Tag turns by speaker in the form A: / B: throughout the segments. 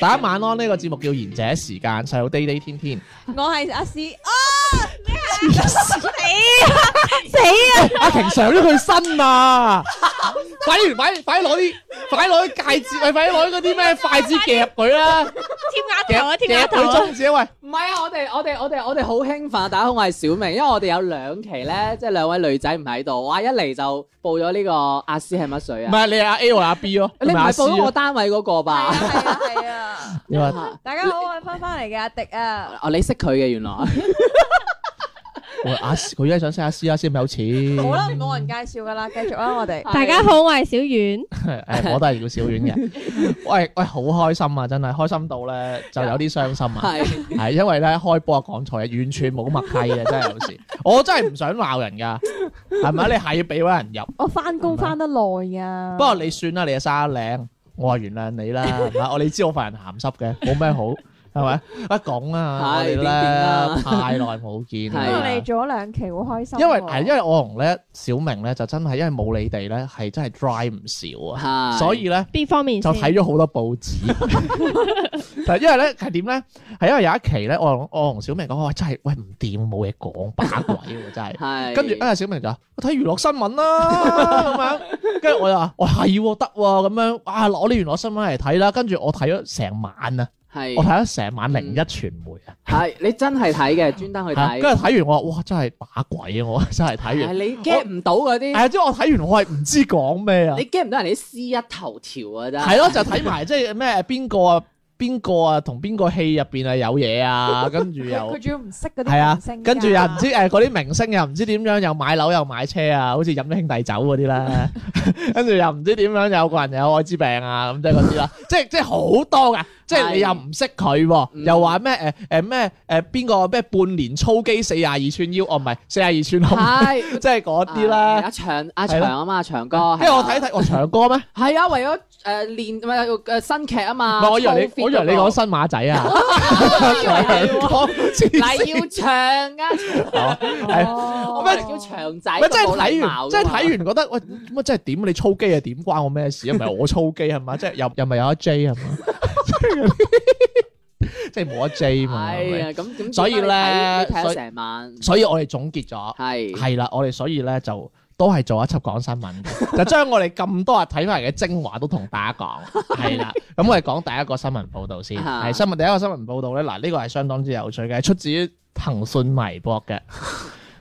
A: 大家晚安。呢個節目叫賢者時間，細佬 day day 天天。
B: 我係阿詩， 啊
A: 喂 阿瓊上咗佢身啊！快啲，快啲，快啲攞啲，快啲攞啲戒指，喂，快啲攞嗰啲咩筷子夾佢啦！
B: 貼額頭
A: 夾
B: 啊，貼
A: 夾
B: 額頭
A: 佢
B: 啊，
A: 中指，喂！
C: 唔係啊！我哋我哋我哋我哋好興奮啊！大家好，我係小明，因為我哋有兩期咧，即係兩位女仔唔喺度，哇！一嚟就報咗呢個阿詩係乜水
A: 唔
C: 啊？
A: 係你係阿 A 或阿 B 咯，
C: 你唔
A: 咪阿
C: 係
A: C
C: 報咗我
A: 咯？
C: 單位嗰個
B: 係啊
C: 吧？
B: 係啊係啊！
A: 你話
C: 啊
B: 大家好，我係翻翻嚟嘅阿迪啊，
C: 哦，你識佢嘅原來，
A: 喂阿 C，佢而家想識阿 C 啊，先有錢。
B: 好啦，冇人介紹噶啦，繼續啦，我哋
D: 大家好，我係小遠。
A: 哎誒，我都係叫小丸嘅。 喂喂，好開心啊！真係開心到咧，就有啲傷心啊。
C: 係
A: 係因為咧開波講錯嘢，完全冇默契嘅，真係有 時我真係唔想鬧人㗎，係咪？你係要俾位人入，
B: 我翻工翻得耐啊，
A: 不過你算啦，你係生得靚，我係原諒你啦，係咪？我你知我份人鹹濕嘅，冇咩好，係咪？一講啊，我哋
C: 係點點
A: 咧
C: 啦
A: 太耐冇見
C: 係啊
B: 我哋
A: 啦。
B: 做咗兩期，好開心喎。
A: 因為係因為我同咧小明咧就真係因為冇你哋咧係真係 dry 唔少啊，
C: 係
A: 所以咧。
D: 邊方面
A: 就睇咗好多報紙。 但係因為咧係點咧？係因為有一期咧，我同我同小明講，我話真係喂唔掂，冇嘢講，把鬼喎真係。
C: 係
A: 跟住啊，小明就話我睇娛樂新聞 啦咁樣，跟住我就話我哦係喎得喎咁樣，啊攞啲娛樂新聞嚟睇啦。跟住我睇咗成晚啊，我睇
C: 係
A: 咗成晚零一傳媒啊
C: 係你真係睇嘅，專登去
A: 係啊，
C: 睇，
A: 跟住睇完我話哇真係把鬼啊！我真係睇
C: 係
A: 完，
C: 你 get 唔到
A: 係
C: 嗰啲，
A: 啊，即係我睇完我係唔知講咩啊
C: 你。get 唔到人哋啲 C 一頭條啊，真係
A: 係咯，就睇埋即係咩邊個啊邊個啊同邊個戲入邊啊有嘢啊， 跟住又
B: 佢仲要唔識
A: 係
B: 嗰啲
A: 啊
B: 明星，㗎
A: 跟住又唔知
C: 啊
A: 誒嗰啲明星又唔知點樣又買樓又買車啊，好似飲咗兄弟酒嗰啲啦， 跟住又唔知點樣有個人有艾滋病啊咁即係嗰啲啦， 即係即係好多噶，即係你又唔識佢喎，
C: 嗯
A: 又話咩誒誒咩誒邊個咩半年操肌四廿二寸腰，哦唔係四廿二寸胸，
C: 係
A: 即係嗰啲啦
C: 係。啊阿長阿
A: 係
C: 長
A: 咯
C: 啊嘛，阿長哥，
A: 因為我
C: 係啊
A: 睇睇我長哥咩？唔
C: 係啊，為咗誒練唔係誒新劇啊嘛，
A: 係我以為你，我以為你講新馬仔啊。黎
C: 黎耀祥啊，
A: 我
C: 我
A: 咪
C: 咪叫祥仔，
A: 咪真係睇
C: 哦冇禮貌㗎嘛
A: 完，真係睇完覺得喂，乜真係點？你操機啊？點關我咩事啊？唔係我操機係嘛？ 即係又又咪有得 J 係 嘛？ 即係冇得 J 嘛？係
C: 係啊，
A: 咪
C: 咁點？
A: 所以咧
C: 你睇你睇
A: 所
C: 咗
A: 以
C: 成晚，
A: 所以我哋總結咗
C: 係
A: 係啦，我哋所以咧就都係做一輯講新聞嘅，就將我哋咁多日睇埋嘅精華都同大家講係啦。咁我哋講第一個新聞報導先，
C: 啊
A: 係新聞第一個新聞報導咧，嗱呢個係相當之有趣嘅，係出自於騰訊微博嘅。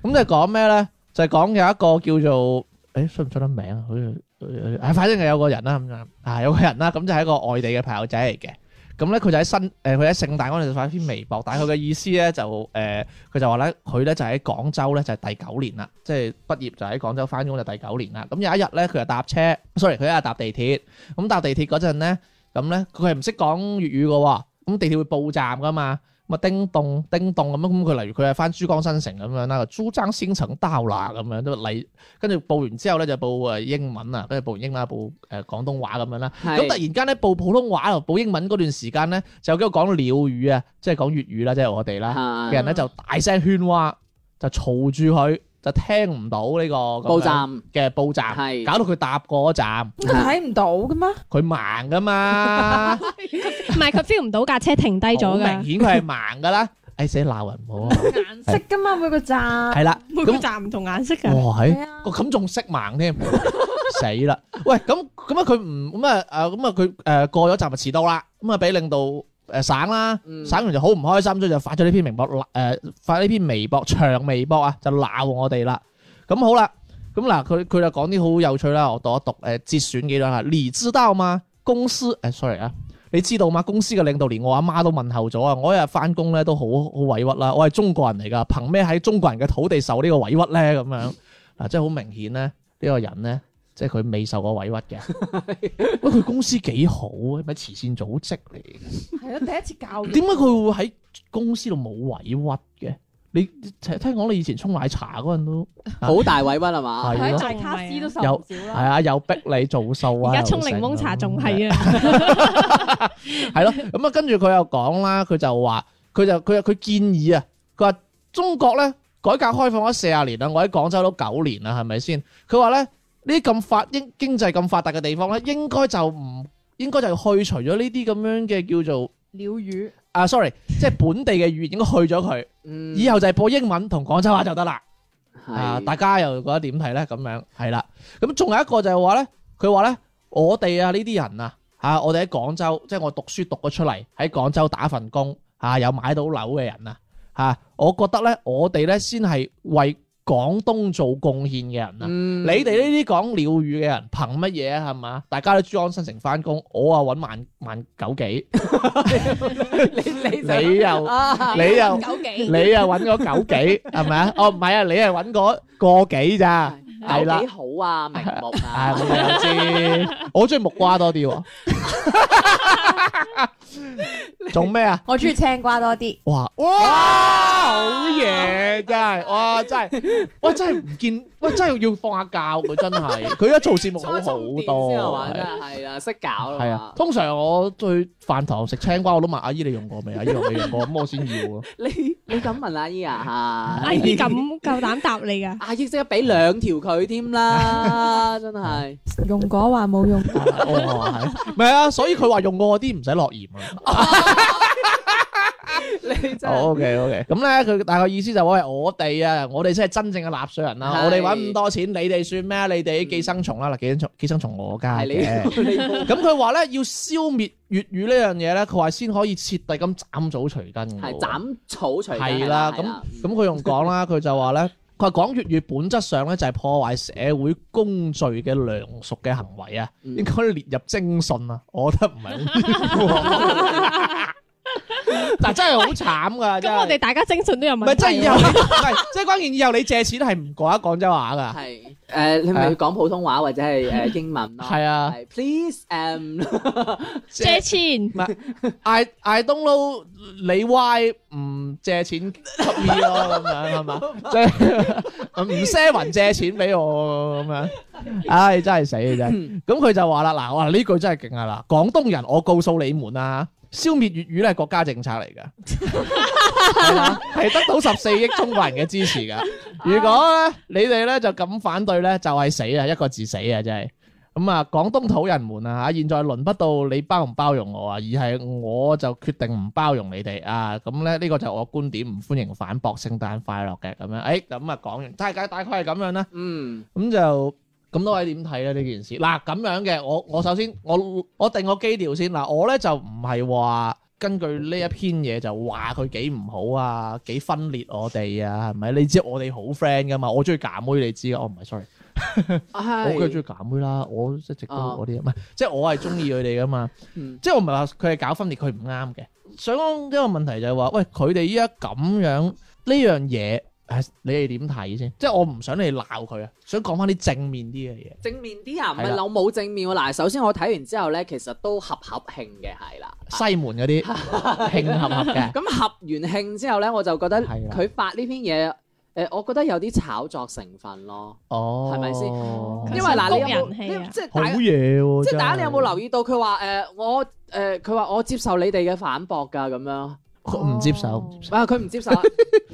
A: 咁就講咩咧？就係講有一個叫做誒，出唔出得名啊？好似誒誒，反正係有個人啦咁樣，啊有個人啦，咁就係一個外地嘅朋友仔嚟嘅。咁咧佢就喺新誒，佢喺聖誕嗰陣就發一篇微博，但係佢嘅意思咧就誒，呃佢、就話咧佢咧就喺廣州咧就係第九年啦，即係畢業就喺廣州翻工就第九年啦。咁有一日咧佢就搭車，sorry 佢一日搭地鐵，咁搭地鐵嗰陣咧，咁咧佢係唔識講粵語嘅喎，咁地鐵會報站噶嘛。咁啊叮咚叮咚咁樣，咁佢例如佢係翻珠江新城咁樣啦，珠江新城到啦咁樣都嚟，跟住報完之後咧就報誒英文啊，跟住報完英文報誒廣東話咁樣啦。咁
C: 係
A: 突然間咧報普通話又報英文嗰段時間咧，就有幾個講鳥語啊，即係講粵語啦，即係我
C: À,
A: 哋啦嘅
C: 係
A: 人咧就大聲喧譁，就嘈住佢，就聽唔到呢個咁
C: 報
A: 樣
C: 站
A: 嘅報站，
C: 係
A: 搞到佢搭過嗰站，
B: 咁佢睇唔到嘅咩？
A: 佢盲噶嘛。
D: 唔係佢 feel 唔到架車停低
A: 好
D: 咗
A: 明
D: 噶，
A: 顯佢係盲噶啦。哎死鬧人唔好啊！
D: 顏
B: 識噶嘛每個站。
A: 係啦，
D: 每
A: 個
D: 站唔同顏色噶。
A: 哇
B: 係
A: 係，
B: 啊
A: 個咁仲識盲添， 死啦！喂，咁咁啊佢唔咁啊誒咁啊佢誒過咗站就遲到啦，咁啊俾領導誒省啦，
C: 嗯
A: 省完就好唔開心，所以就發咗呢篇微博鬧誒發呢篇微博長微博啊，就鬧我哋啦。咁好啦，咁嗱佢佢就呃講啲好有趣啦，我讀一讀誒節選幾段啦，你知道嗎？公司誒 sorry 啊。你知道嘛？公司嘅領導連我阿媽都問候咗啊！我一日翻工咧都好好委屈啦。我係中國人嚟㗎，憑咩喺中國人嘅土地受呢個委屈咧？咁樣嗱，即係好明顯咧，呢、呢個人咧，即係佢未受過委屈嘅。喂，佢公司幾好啊？咪慈善組織嚟嘅？
B: 係咯，第一次教育
A: 點解佢會喺公司度冇委屈嘅？你聽聽講你以前沖奶茶嗰陣都
C: 好大委屈係嘛？
A: 係
B: 喺
A: 咯，
B: 大卡斯都受
A: 有
B: 唔少
A: 係
B: 啦。
A: 啊，又逼你做數啊，
E: 而家沖
A: 又
E: 檸檬
A: 成
E: 茶
A: 啊
E: 仲係啊，
A: 係咯，咁啊，跟住佢又講啦，佢就話，佢就佢佢建議啊，佢話中國咧改革開放咗四十年啦，我喺廣州都九年啦，係咪先？佢話咧呢啲咁發經經濟咁發達嘅地方咧，應該就唔應該就去除咗呢啲咁樣嘅叫做
B: 鳥語
A: 啊，sorry，即係本地嘅語言應該去咗佢，
C: 嗯
A: 以後就係播英文同廣州話就得啦。啊，
C: 係
A: 大家又覺得點睇咧？咁樣係啦，咁仲有一個就係話咧，佢話咧，我哋啊呢啲人啊，嚇我哋喺廣州，即係我讀書讀咗出嚟，喺廣州打份工嚇，有買到樓嘅人啊嚇，我覺得咧，我哋咧先係為廣東做貢獻嘅人啊。
C: 嗯
A: 你哋呢啲講鳥語嘅人，憑乜嘢啊？係嘛？大家都珠江新城翻工，我啊揾萬萬九幾，
C: 你你就
A: 你又
C: 啊
A: 你又
E: 九幾
A: 你又揾嗰九幾係咪啊？哦，唔係啊，你係揾嗰個幾 咋？係啦
C: 有幾好啊，名目
A: 啊，
C: 啊
A: 我，又知，我中意木瓜多啲喎。做咩啊？
F: 我中意青瓜多啲。
A: 哇哇，好嘢真係，哇真係，哇真係唔見，喂真係要放下教佢真係，佢而家做節目好好
C: 點先係啊嘛，
A: 多
C: 真。係係啦，識搞啦，
A: 係啊，，通常我去飯堂食青瓜，我都問阿姨你用過未？阿姨話未用過，咁我先要啊咯。
C: 你你咁問阿 姨啊嚇？
E: 阿姨咁夠膽答你㗎？
C: 阿姨即刻俾兩條佢添啦， 真係。
B: 用果話冇用，
A: 哦，係，唔係啊，所以佢話用過嗰啲唔使落鹽啊。
C: 你真
A: 哦
C: 係
A: ，OK，OK，咁咧佢大概意思就話喂我哋啊，我哋先係真正嘅納税人啦，
C: 係
A: 我哋揾咁多錢，你哋算咩啊？你哋啲寄生蟲啦，嗱，寄生蟲寄生蟲我家
C: 係
A: 嘅。
C: 你你
A: 咁佢話咧要消滅粵語呢樣嘢咧，佢話先可以徹底咁斬草除根㗎喎。
C: 係斬草除根啊
A: 係啦，咁啊
C: 嗯
A: 咁佢仲講啦， 佢就話咧，佢話講粵語本質上咧就係破壞社會公序嘅良俗嘅行為啊，
C: 嗯
A: 應該列入徵信啊， 我覺得唔係好。 嗱，真係好慘㗎，真
E: 咁我
A: 係。
E: 哋大家精神都有
A: 唔
E: 問題
A: 係，即係以後
E: 喎
A: 你，唔係，即係關鍵以後你借錢係唔講得廣州話㗎。
C: 嗯係誒，你咪講普通話或者係誒英文咯。
A: 啊係啊
C: 係，please um，
E: 借
C: 誒，
E: 錢。
A: I I don't know 你 why 唔借錢給 me 咯咁樣係嘛？即係唔 seven 借錢俾我咁樣，唉真係死嘅真係。咁佢就話啦嗱，我話呢句真係勁啊嗱，廣東人我告訴你們啊，消滅粵語咧係國家政策嚟㗎。係啊係得到十四億中國人嘅支持㗎。如果咧你哋咧就咁反對咧，就係死啊，一個字死啊，真係。咁啊，廣東土人們啊嚇，現在輪不到你包唔包容我啊，而係我就決定唔包容你哋啊。咁咧呢個就係我觀點，唔歡迎反駁。聖誕快樂嘅咁樣，誒咁啊講完，大概大概係咁樣啦。
C: 嗯，
A: 咁就咁多位點睇咧呢件事？嗱咁樣嘅，我我首先我我定個基調先嗱，我咧就唔係話根據呢一篇嘢就話佢幾唔好啊，幾分裂我哋啊，係咪？你知我哋好 friend 噶嘛，我中意假妹你知啊，我唔係 sorry。我梗係中
C: 係
A: 意假妹啦，我即係直
C: 啊
A: 到嗰啲，唔係即係我係中意佢哋噶嘛。
C: 嗯
A: 即係我唔係話佢係搞分裂，佢唔啱嘅。想講一個問題就係話，喂，佢哋依家咁樣呢樣嘢，誒，你哋點睇先？即係我唔想你鬧佢啊，想講翻啲正面啲嘅嘢。
C: 正面啲啊，唔
A: 係
C: 係
A: 啦
C: 我冇正面喎。嗱，首先我睇完之後咧，其實都合合慶嘅，係啦。
A: 西門嗰 啲慶合合嘅，
C: 咁合完慶之後咧，我就覺得
A: 係啦
C: 佢發呢篇嘢，誒、呃我覺得有啲炒作成分咯。
A: 哦，
C: 係咪先因
E: 佢
C: 為
E: 想
C: 嗱，你有
E: 谷人氣
C: 冇
E: 啊
C: 你即係
A: 好
C: 大家
A: 嘢喎，
C: 即係大家你有冇留
A: 意？
C: 意到佢話誒我誒佢話我接受你哋嘅反駁㗎咁樣
A: 佢唔接受，唔接受
C: 啊佢唔 接受啊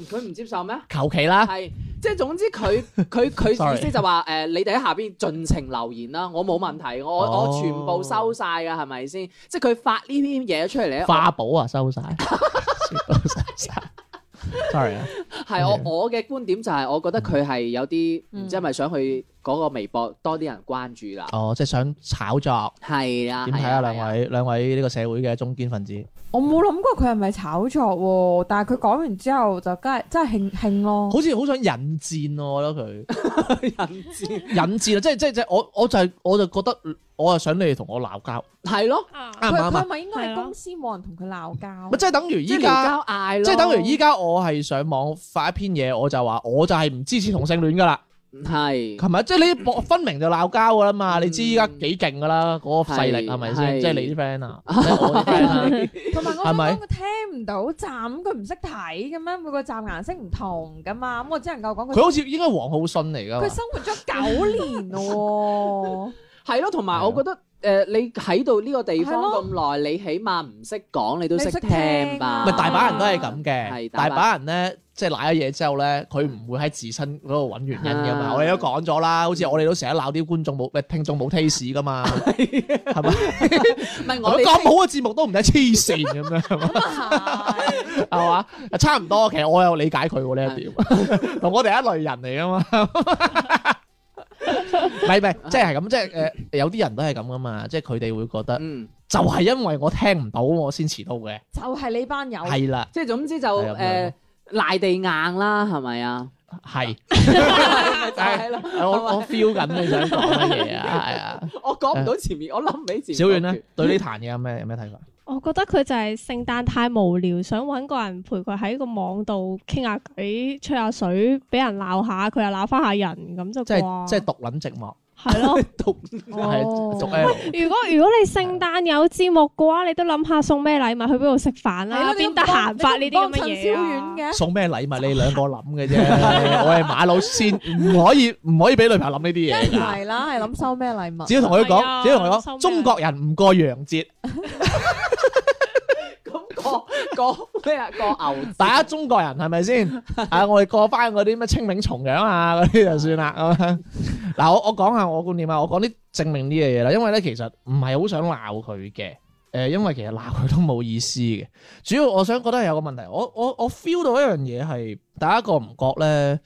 C: 佢唔接受咩？
A: 求其啦，
C: 係即係總之佢佢佢
A: Sorry
C: 意思就話誒你哋喺下邊盡情留言啦，我冇問題，我
A: 哦
C: 我全部收晒㗎係咪先？即係佢發呢篇嘢出嚟咧，
A: 化寶啊收 晒，收晒，sorry 啊。
C: 係我我嘅觀點就係我覺得佢係有啲唔知係咪想去嗰個微博多啲人關注啦。
A: 哦，即係想炒作，
C: 係啊，
A: 點
C: 嗯
A: 睇
C: 係
A: 啊？
C: 係
A: 兩位兩位呢個社會嘅中堅分子，
B: 我冇諗過佢係咪炒作喎，但係佢講完之後就梗係真係興興咯。
A: 好似好想引戰咯，我覺得佢。
C: 人知
A: 引戰啊！即係即係即係我我就係我就覺得我係想你哋同我鬧交，
C: 係咯，
A: 啱
B: 佢
A: 唔啱
B: 佢
A: 啊
B: 係？咪應該
E: 係
B: 係
E: 咯
B: 公司冇人同佢鬧交
A: 咪？即係等於
C: 即係
A: 依
C: 聊
A: 家，
C: 交嗌咯，
A: 即係等於依家我係上網發一篇嘢，我就話我就係唔支持同性戀噶啦，
C: 係
A: 係咪？即係你搏分明就鬧交噶啦嘛！
C: 嗯
A: 你知依家幾勁噶啦，嗰個勢力
C: 係
A: 係咪
C: 係
A: 先？即係你啲 friend 啊，即係我啲 friend 啊，
B: 同埋我
A: 係
B: 想
A: 咪
B: 講佢聽唔到站，佢唔識睇嘅咩？每個站顏色唔同噶嘛，咁我只能夠講
A: 佢
B: 佢
A: 好似應該黃浩信嚟
B: 佢
A: 噶。
B: 生活咗九年 喎。
C: 係咯，同埋我覺得。誒、你喺到呢個地方
B: 係咯
C: 咁耐，你起碼唔識講，你都識
B: 你識
C: 聽
B: 聽
C: 吧？
B: 啊
A: 咪大把人都係咁
C: 係
A: 嘅，
C: 大把
A: 大把人咧即係賴咗嘢之後咧，佢唔會喺自身嗰度揾原因噶
C: 啊
A: 嘛。我哋都講咗啦，好似我哋都成日鬧啲觀眾冇，唔係聽眾冇 taste 噶嘛，係咪？
C: 唔係我
A: 我
C: 哋
A: 咁好嘅節目都唔使黐線咁樣，係嘛？係嘛？差唔多，其實我有理解佢喎呢一點， 同我哋一類人嚟噶嘛。 唔係唔係，即係係咁，即係誒，有啲人都係咁噶嘛，即係佢哋會覺得
C: 嗯，
A: 就係因為我聽唔到我先遲到嘅，
B: 就係你班友，
A: 係啦，
C: 即係總之就
A: 係咁樣咯
C: 誒賴地硬啦，係咪啊？
A: 係
C: 咪就係咯，
A: 我我 feel 緊你想講乜嘢啊，係啊，
C: 我講唔到前面，我諗唔起前
A: 小
C: 面
A: 遠
C: 嗰
A: 咧
C: 段。
A: 對呢壇嘢有咩有咩睇法？
E: 我覺得佢就係聖誕太無聊，想揾個人陪佢喺個網度傾下偈、吹下水，俾人鬧下，佢又鬧翻下人，咁就
A: 即係
E: 啩
A: 即係獨撚寂寞，
E: 係咯。
C: 讀
A: 係
B: 哦
A: 獨 L。
E: 如果如果你聖誕有節目嘅話，你都諗下送咩禮物去邊度食飯啦，邊得閒發呢啲咁嘅嘢啊？
B: 嘅？
A: 送咩禮物你兩個諗嘅啫， 我係馬佬先，唔可以唔可以俾女朋友諗呢啲嘢
B: 梗
A: 㗎。
B: 唔係啊啦，係諗收 咩禮物
A: 只？要同佢
E: 係
A: 講，
E: 啊
A: 只要同佢
E: 收
A: 講，
E: 咩
A: 中國人唔過洋節，
C: 咁個個咩啊個牛
A: 大家中國人係咪先？啊，我哋過翻嗰啲咩清明重陽啊嗰啲就算啦。咁樣嗱，我我講下我觀點啊，我講啲證明呢嘅嘢啦，因為咧其實唔係好想鬧佢嘅。誒，因為其實鬧佢都冇意思嘅。主要我想覺得係有個問題，我我我 feel 到一樣嘢係，大家覺唔覺咧？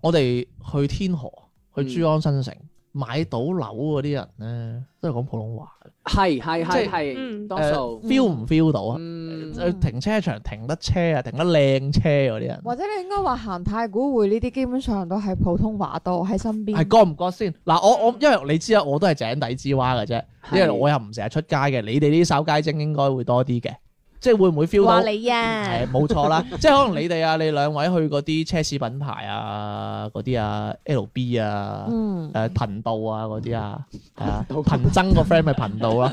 A: 我哋去天河、去珠江新城、買到樓嗰啲人咧，都係講普通話
C: 係係
A: 即
C: 係
A: 係
C: 係
E: 嗯
C: 多
A: 誒
C: 數
A: ，feel 唔 feel 到啊？
C: 嗯
A: 誒停車場停得車啊，停得靚車嗰啲人，
B: 或者你應該話行太古匯呢啲，基本上都係普通話多喺身邊。嗯
A: 係覺唔覺先？嗱，我我因為你知啊，我都係井底之蛙嘅啫，因為我又唔成日出街嘅，你哋呢啲守街精應該會多啲嘅，即係會唔會 feel 到
B: 話？你啊，
A: 係冇 錯啦，即係可能你哋啊，你兩位去嗰啲奢侈品牌啊，嗰啲啊 LB 啊。
B: 嗯，
A: 誒頻道啊嗰啲啊，係啊，貧增個 friend 咪頻道 咯，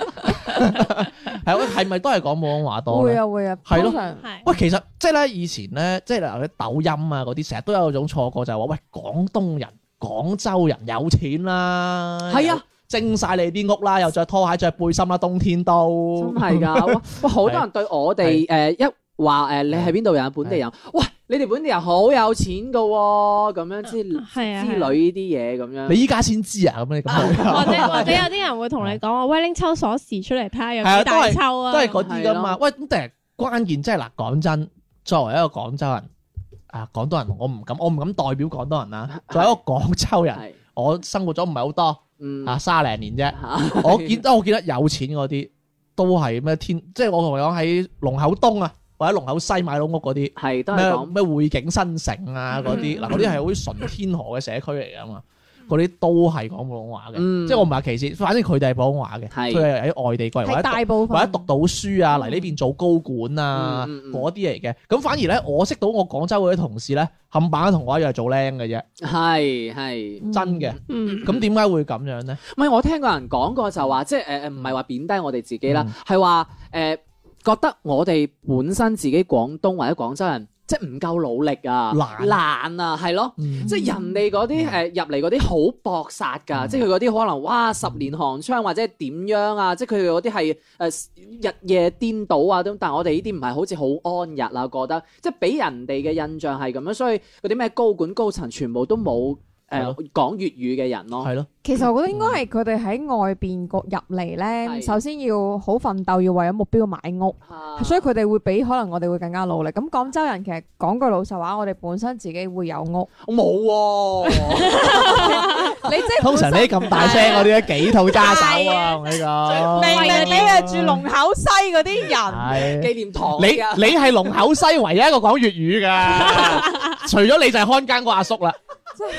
A: 係啊係咪都係講普通話多
B: 會
A: 咧？
B: 啊會啊，
A: 係咯
B: 通常
E: 係
A: 喂，其實即係咧，以前咧，即係嗱，抖音啊嗰啲，成日都有種錯覺就係話，喂，廣東人、廣州人有錢啦，
C: 係啊，
A: 蒸晒你啲屋啦，又着拖鞋、着背心啦，冬天
C: 真
A: 都
C: 係㗎 哇哇好多人對我哋誒一話誒你係邊度人本地人，哇你哋本地人好有錢㗎喎，咁樣之之
E: 係啊，係啊
C: 類呢啲嘢咁樣
A: 你。依家先知啊，咁你
C: 啊
A: 咁
E: 或者或者有啲人會同你講話，喂，拎抽鎖匙出嚟睇下有
A: 係啊
E: 幾大抽啊，
A: 都係嗰啲噶
C: 係
A: 嘛。喂，咁但係關鍵即係嗱，講真，作為一個廣州人，啊廣東人，我唔敢，我唔敢代表廣東人 啦。作為一個廣州人，
C: 係
A: 我生活咗唔係好多
C: 嗯
A: 啊，三廿零年啫。
C: 嚇
A: 我 見得我見得有錢嗰啲，都係咩天，即係我同你講喺龍口東啊，或者龍口西買到屋嗰啲。
C: 係都係
A: 咩
C: 講
A: 咩匯景新城啊嗰啲，嗱嗰啲係好似純天河嘅社區嚟噶嘛，嗰啲都係講普通話嘅，
C: 嗯
A: 即係我唔係歧視，反正佢哋係普通話嘅，
C: 係
A: 佢哋喺外地過嚟或者
B: 係大部分
A: 或者讀到書啊，嚟呢邊做高管啊
C: 嗯嗯嗯
A: 嗰啲嚟嘅。咁反而咧，我識到我廣州嗰啲同事咧，冚唪唥同我一樣係做僆嘅啫，
C: 係係。
B: 嗯
A: 真嘅。
E: 嗯，
A: 咁點解會咁樣咧？
C: 唔係，我聽過人講過就話，即係誒誒，唔係話貶低我哋自己
A: 嗯
C: 啦，係話誒覺得我哋本身自己廣東或者廣州人，即係唔夠努力啊，
A: 懶
C: 懶啊，係咯。
A: 嗯
C: 即係人哋嗰啲誒入嚟嗰啲好搏殺㗎，
A: 嗯
C: 即係佢嗰啲可能哇十年寒窗或者係點樣啊，即係佢哋嗰啲係誒日夜顛倒啊咁，但係我哋呢啲唔係好似好安逸啊，覺得即係俾人哋嘅印象係咁樣，所以嗰啲咩高管高層全部都冇誒、
A: 係
C: 誒
A: 咯
C: 講粵語嘅人咯。
A: 係咯，
B: 其實我覺得應該係佢哋喺外邊國入嚟咧，
C: 係
B: 首先要好奮鬥，要為咗目標買屋，
C: 啊
B: 所以佢哋會比可能我哋會更加努力。咁廣州人其實講句老實話，我哋本身自己會 有屋，
C: 我冇喎，
B: 你即係
A: 通常呢啲咁大聲嗰啲咧幾套揸手啊，我同你講。
B: 明明你係住龍口西嗰啲人。
A: 係
C: 紀念堂
A: 你
C: 嚟㗎
A: 你係龍口西唯一一個講粵語噶，除咗你就係看更個阿叔啦。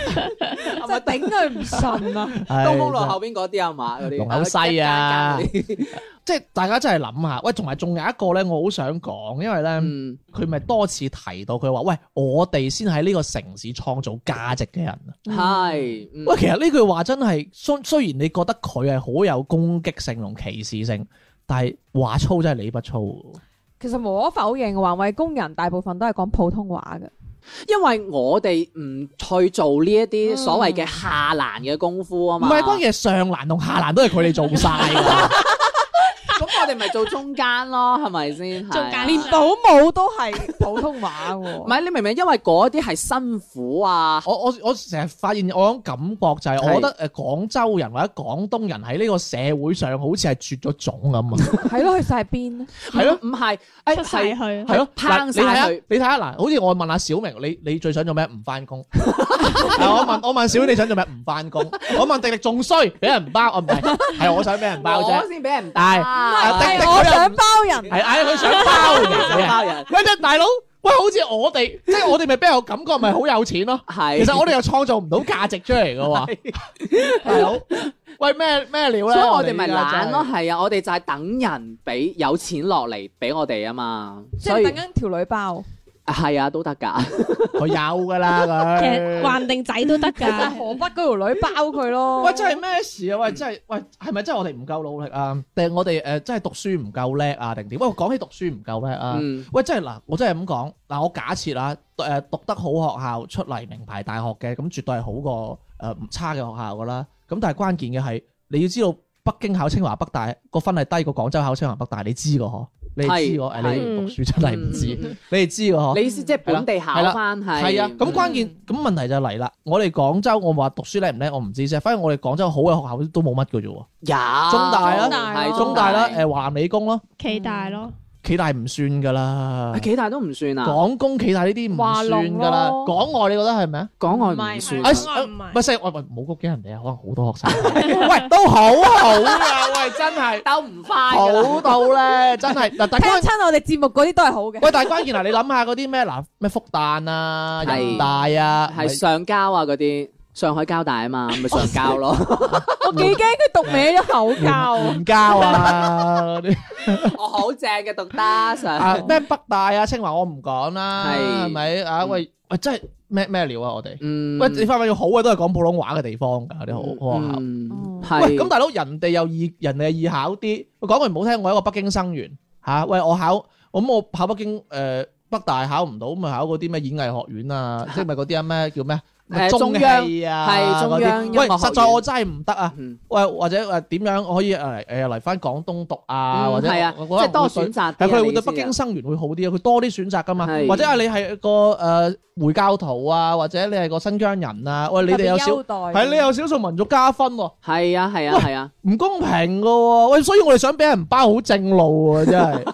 B: 就頂佢唔順啊！
C: 東風路後邊嗰啲啊嘛，嗰啲
A: 龍口西啊
C: 一間間嗰啲
A: 即係大家真係諗下，喂，同埋仲有一個咧，我好想講，因為咧
C: 嗯
A: 佢咪多次提到佢話，喂，我哋先喺呢個城市創造價值嘅人。
B: Ừ.
C: Ừ, 係嗯
A: 喂，其實呢句話真係雖雖然你覺得佢係好有攻擊性同歧視性，但係話粗真係理不粗。
B: 其實無可否認，環衛工人大部分都係講普通話嘅。
C: 因為我哋唔去做呢一啲所謂嘅下欄嘅功夫啊
A: 唔
C: 嘛，
A: 係，關鍵係上欄同下欄都係佢哋做晒㗎。
C: 咁我哋咪做中間咯，係咪先？係
E: 中間
B: 連保姆都係普通話
C: 唔
B: 喎。
C: 係你明唔明？因為嗰啲係辛苦啊，
A: 我我我成日發現我種感覺就係，
C: 係
A: 我覺得誒呃廣州人或者廣東人喺呢個社會上好似係絕咗種咁 啊，
B: 係咯，去晒邊咧？
A: 係咯
C: 唔係，誒
E: 出晒
C: 係
E: 去，
A: 係咯，嗱
C: 拋
A: 你
C: 晒
A: 睇下
C: 佢
A: 你睇下嗱，好似我問阿小明，你你最想做咩？唔翻工。嗱我問我問小明你想做咩？唔翻工。我問迪迪仲衰，俾人包，哦我唔係，係啊我想俾人包啫啊
C: 我。先俾人
A: 係
C: 打，
A: 係
B: 係我想包人，
A: 係嗌佢想包 人啊！
C: 包人
A: 喂，即大佬，喂，好似我哋，即係我哋咪俾人感覺咪好有錢咯。
C: 係。
A: 其實我哋又創造唔到價值出嚟嘅喎，大佬。喂，咩咩料咧？
C: 所以我哋咪
A: 而家
C: 懶
A: 真
C: 咯，
A: 係。
C: 係啊，我哋就係等人俾有錢落嚟俾我哋啊嘛，
B: 即
C: 所
B: 係
C: 以
B: 等緊條女包。
C: 係啊都得㗎。
A: 佢有㗎啦
E: 其實
A: 佢。
E: 橫定仔都得
B: 其 實
E: 㗎。
B: 河北嗰條女包佢咯。
A: 喂，真係咩事啊？喂，真係，喂，係咪真係我哋唔夠努力啊？定係我哋誒真係讀書唔夠叻啊？定點？喂，講起讀書唔夠叻啊？
C: 嗯
A: 喂，真係嗱，我真係咁講嗱，我假設啊，誒讀得好學校出嚟名牌大學嘅，咁絕對係好過誒唔差嘅學校噶啦。咁但係關鍵嘅係，你要知道北京考清華北大個分係低過廣州考清華北大，你知個嗬？你哋知個誒？
C: 係
A: 你哋讀書真係唔知，
C: 嗯
A: 你哋知個嗬？
C: 你意思即係本地考翻係
A: 係啊，咁
C: 嗯
A: 關鍵咁問題就嚟啦。我哋廣州，我話讀書叻唔叻，我唔知啫。反正我哋廣州好嘅學校都冇乜嘅啫喎，
C: 有中
A: 大啊
B: 哦
A: 中大啦、誒華南理工咯，
E: 企大咯，
A: 暨大唔算噶啦。
C: 幾大都唔算啊，
A: 港工暨大呢啲唔算噶啦，
B: 華農咯
A: 港外你覺得係咪啊？呃
C: 港外
B: 唔係
C: 唔算
E: 係港
C: 啊。
E: 外唔係
A: 唔係，我喂冇谷嘅人哋啊，可能好多學生，喂都好好啊，喂真係
C: 鬥哎唔快㗎啦
A: 好到咧，真係嗱，但
B: 聽
A: 關
B: 親我哋節目嗰啲都係好嘅。
A: 喂但係關鍵嗱，你諗下嗰啲咩嗱咩復旦啊、
C: 係
A: 人大啊，
C: 係上交啊嗰啲，上海交大啊嘛，咪上交咯。
A: 哦
B: 我幾驚佢讀歪咗口教。
A: 唔交 啊嗰啲
C: 我好正嘅讀得
A: 啊
C: 上，
A: 咩北大啊、清華我唔講啦，
C: 係
A: 係咪啊？
C: 嗯
A: 喂喂真係咩咩料啊我哋？
C: 嗯，
A: 喂你發唔發現好嘅都係講普通話嘅地方㗎，啲好學校。
C: 嗯
A: 喂，
C: 係
A: 咁大佬人哋又易，人哋又易考啲。我講句唔好聽，我係一個北京生源嚇、吓喂，我考咁我考北京誒、呃北大考唔到，咁咪考嗰啲咩演藝學院啊，即係咪嗰啲啊咩叫咩？咩
C: 誒
A: 中
C: 中央
A: 戲啊，
C: 係中央
A: 嗰
C: 音
A: 啲喂，
C: 樂學
A: 實在
C: 院
A: 我真係唔得啊！
C: 嗯
A: 喂，或者誒點樣可以誒誒嚟翻廣東讀啊？
C: 嗯
A: 或者
C: 係啊，即
A: 我我可能
C: 係多
A: 會對
C: 選擇啲啊。
A: 係佢哋會
C: 你意
A: 對
C: 思
A: 北
C: 啊
A: 京生源會好啲啊，佢多啲選擇噶嘛。
C: 係
A: 或者啊，你係個誒、呃回教徒啊，或者你係個新疆人啊，喂，你哋有少
B: 少
A: 係你有少數民族加分喎、
C: 係啊係啊係啊，
A: 唔公平噶喎、喂，所以我哋想俾人包好正路喎、真 係，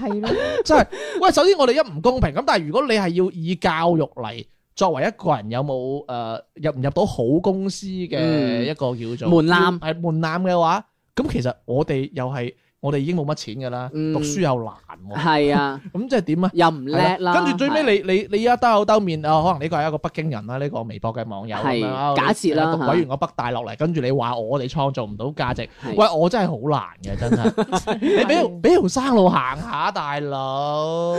B: 係咯。
A: 真係，喂，首先我哋一唔公平，咁但係如果你係要以教育嚟作為一個人有冇誒、呃入唔入到好公司嘅
C: 嗯
A: 一個叫做
C: 門檻
A: 係門檻嘅話，咁其實我哋又係我哋已經冇乜錢噶啦，
C: 嗯
A: 讀書又難喎、
C: 係啊，
A: 咁即係點啊？
C: 又唔叻
A: 係
C: 啦。
A: 跟住最尾你你你依家兜口兜面啊，可能呢個係一個北京人啦，呢個微博嘅網友咁
C: 係
A: 樣啊
C: 假設啦
A: 讀
C: 嚇
A: 鬼完個北大落嚟，跟住你話我哋創造唔到價值。
C: 係
A: 喂，我真係好難嘅，真係。你俾條俾條生路行下，大佬。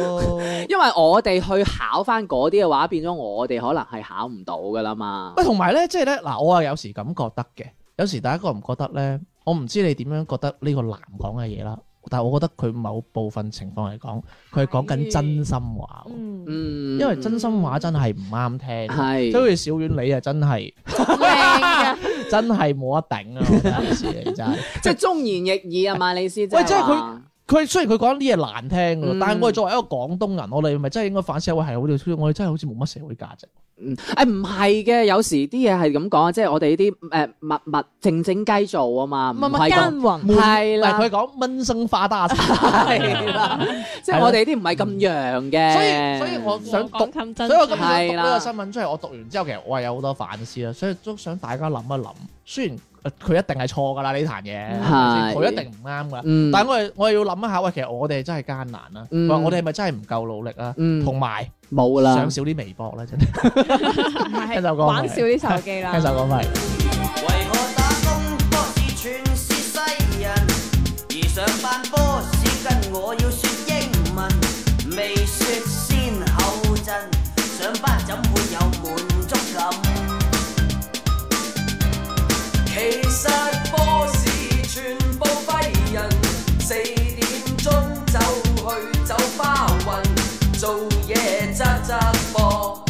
C: 因為我哋去考翻嗰啲嘅話，變咗我哋可能係考唔到噶啦嘛。
A: 喂，同埋咧，即係咧，嗱，我啊有時咁覺得嘅，有時大家覺唔覺得咧？我唔知你點樣覺得呢個男講嘅嘢啦，但係我覺得佢某部分情況嚟講，佢係講緊真心話喎，
C: Ừ.
B: 嗯，
C: 嗯，
A: 因為真心話真係唔啱聽。即係好
C: 係
A: 似小丸你啊，真係
B: 靚嘅。
A: 真係冇得頂啊！我覺得有時你真係。
C: 即係忠言逆耳啊嘛，你意思
A: 喂即係佢
C: 話
A: 佢雖然佢講啲嘢難聽㗎
C: 嗯
A: 但係我哋作為一個廣東人，我哋咪真係應該反思一位係好似我哋真係好似冇乜社會價值。
C: 嗯，誒唔係嘅，有時啲嘢係咁講啊，即係我哋呢啲誒默默靜靜雞做啊嘛，唔
B: 默默
C: 係咁
B: 耕耘。
C: 係
A: 但
C: 啦，
A: 係佢講蚊生花打死，
C: 係啦，嗯即係我哋啲唔係咁陽嘅。
A: 所以所以我 想讀
E: 講咁真
A: 所以我今日
C: 係
A: 讀呢個
C: 啦
A: 新聞出嚟，我讀完之後其實我係有好多反思啦，所以都想大家諗一諗。雖然呃佢一定係錯㗎啦呢壇嘢，係咪
C: 係
A: 先佢一定唔啱㗎。
C: 嗯，
A: 但係我哋我哋要諗一下，喂，其實我哋真係艱難啦，
C: 嗯
A: 喂我哋係咪真係唔夠努力啊？
C: 嗯
A: 同埋
C: 冇啦
A: 上。少啲微博啦，真係 聽首歌
B: 玩少啲手機 啦
A: 聽。首歌翻嚟。
F: 為何打工多是全是西人，而上班 boss 跟我要說英文，未說先後陣，上班怎會有滿足感？其實 boss 全部廢人，四點鐘就去酒吧混，做嘢側側膊，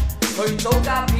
F: 去早家遍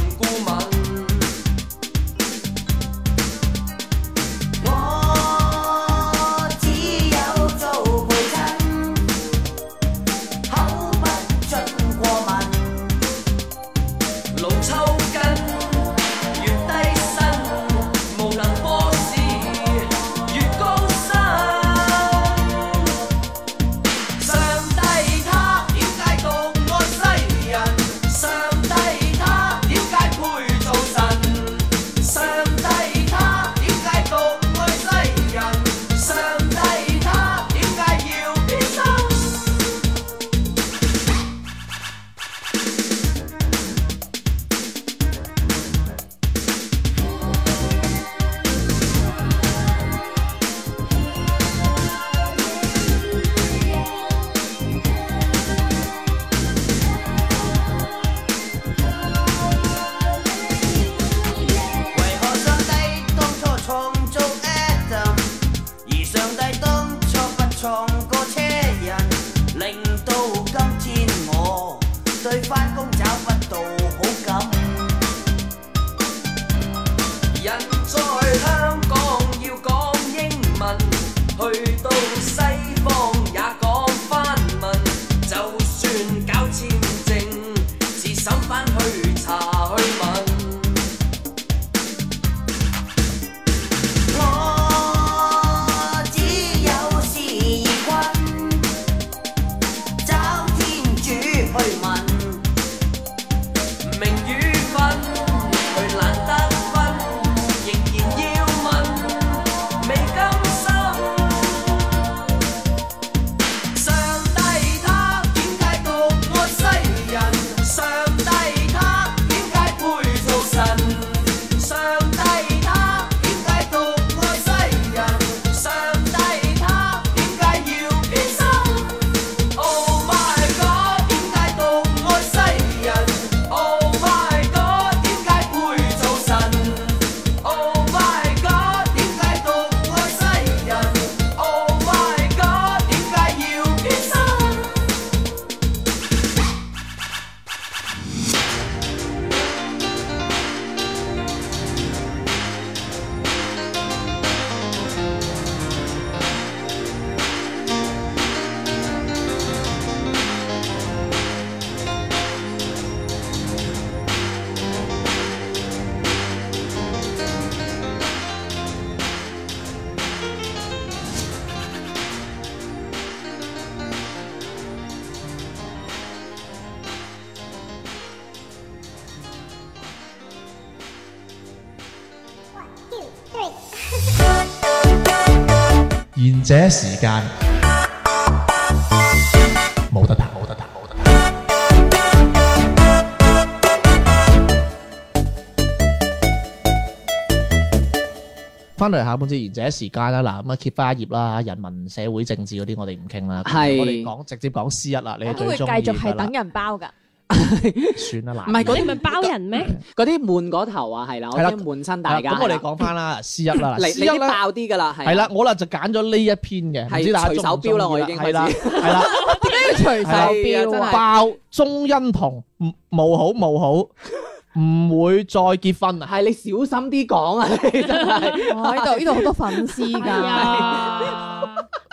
F: 顧問。我只有做陪襯，口不盡過敏，腦抽筋，越低薪，無能 boss 越高薪。上帝他點解獨愛西人？上帝他點解配做神？上帝他點解獨愛西人？上帝他點解要變心？為何上帝當初創造 Adam，而上帝當初不創個車人，令到今天我對返工找不到好感。人在香港要講英文，去到西方也講翻文，就算搞簽證，自審返去查去問。我只有事業困，找天主去問，明與憤，去難得分，仍然要問，未甘心。上帝他點解獨愛西人？上帝他點解配做神？上帝他點解獨愛西人？上帝他點解要偏心？Oh my god，點解獨愛西人？Oh my god，點解配做神？Oh my god，點解獨愛西人？Oh my god，點解要偏心？
A: 賢者時間冇得彈，冇得彈，冇得彈。翻嚟下半節賢者時間啦，嗱咁啊揭翻一頁啦，人民社會政治嗰啲我哋唔傾啦，
C: 係
A: 我哋講直接講 C 一啦，你係
B: 都會
A: 最
B: 繼
A: 中意
B: 續
A: 㗎
B: 係
A: 啦
B: 等，人包㗎。
A: 算啦，嗱，
C: 唔係嗰啲
E: 你咪包人咩？
C: 嗰啲悶嗰頭啊，係啦，我
A: 係啦
C: 驚悶親大家。
A: 咁我哋
C: 係啦
A: 講翻啦，C 一啦
C: 你
A: 嗱，C
C: 你
A: 一
C: 啲
A: 咧。
C: 爆啲㗎啦，係
A: 係啦，，我啦就揀咗呢一篇嘅，唔
C: 係
A: 知大家
C: 隨手標啦我已經
A: 係啦，係啦，
B: 除手
C: 係啊真
B: 錶
C: 係
B: 啊！
A: 爆鍾欣桐唔冇好冇 好，唔會再結婚啊！
C: 係你小 心啲講啊，你真係。
B: 哇呢度呢度好多粉絲㗎。
E: 啊，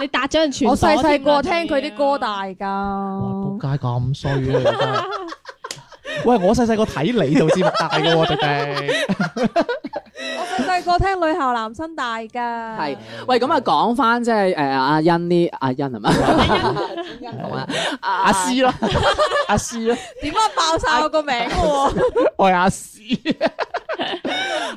E: 你搭咗人全啊
B: 我細細個
E: 個
B: 聽佢啲歌大
A: 哇！仆
B: 㗎，
A: 街咁衰啊！你真 係喂，我細細個睇你就知乜大嘅喎， 迪迪。
B: 我細細個聽女校男生大㗎。
C: 係喂，咁啊講翻即係誒阿欣呢？阿欣係咪？
A: 阿詩咯，阿詩咯，
B: 點解爆晒我個名嘅喎？
A: 我係阿詩，唔
C: 啊